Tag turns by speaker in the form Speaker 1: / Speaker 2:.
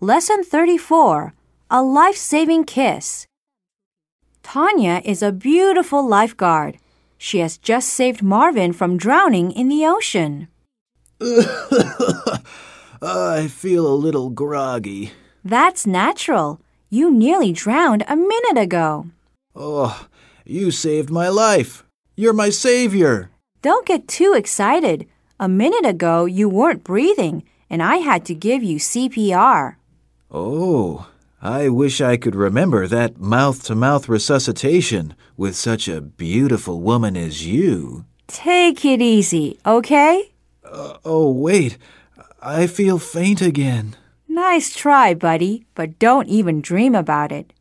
Speaker 1: Lesson 34 A Life Saving Kiss. Tanya is a beautiful lifeguard. She has just saved Marvin from drowning in the ocean.
Speaker 2: I feel a little groggy.
Speaker 1: That's natural. You nearly drowned a minute ago.
Speaker 2: Oh, you saved my life. You're my savior.
Speaker 1: Don't get too excited. A minute ago, you weren't breathing, and I had to give you CPR.
Speaker 2: Oh, I wish I could remember that mouth to mouth resuscitation with such a beautiful woman as you.
Speaker 1: Take it easy, okay?
Speaker 2: Uh, oh, wait. I feel faint again.
Speaker 1: Nice try, buddy, but don't even dream about it.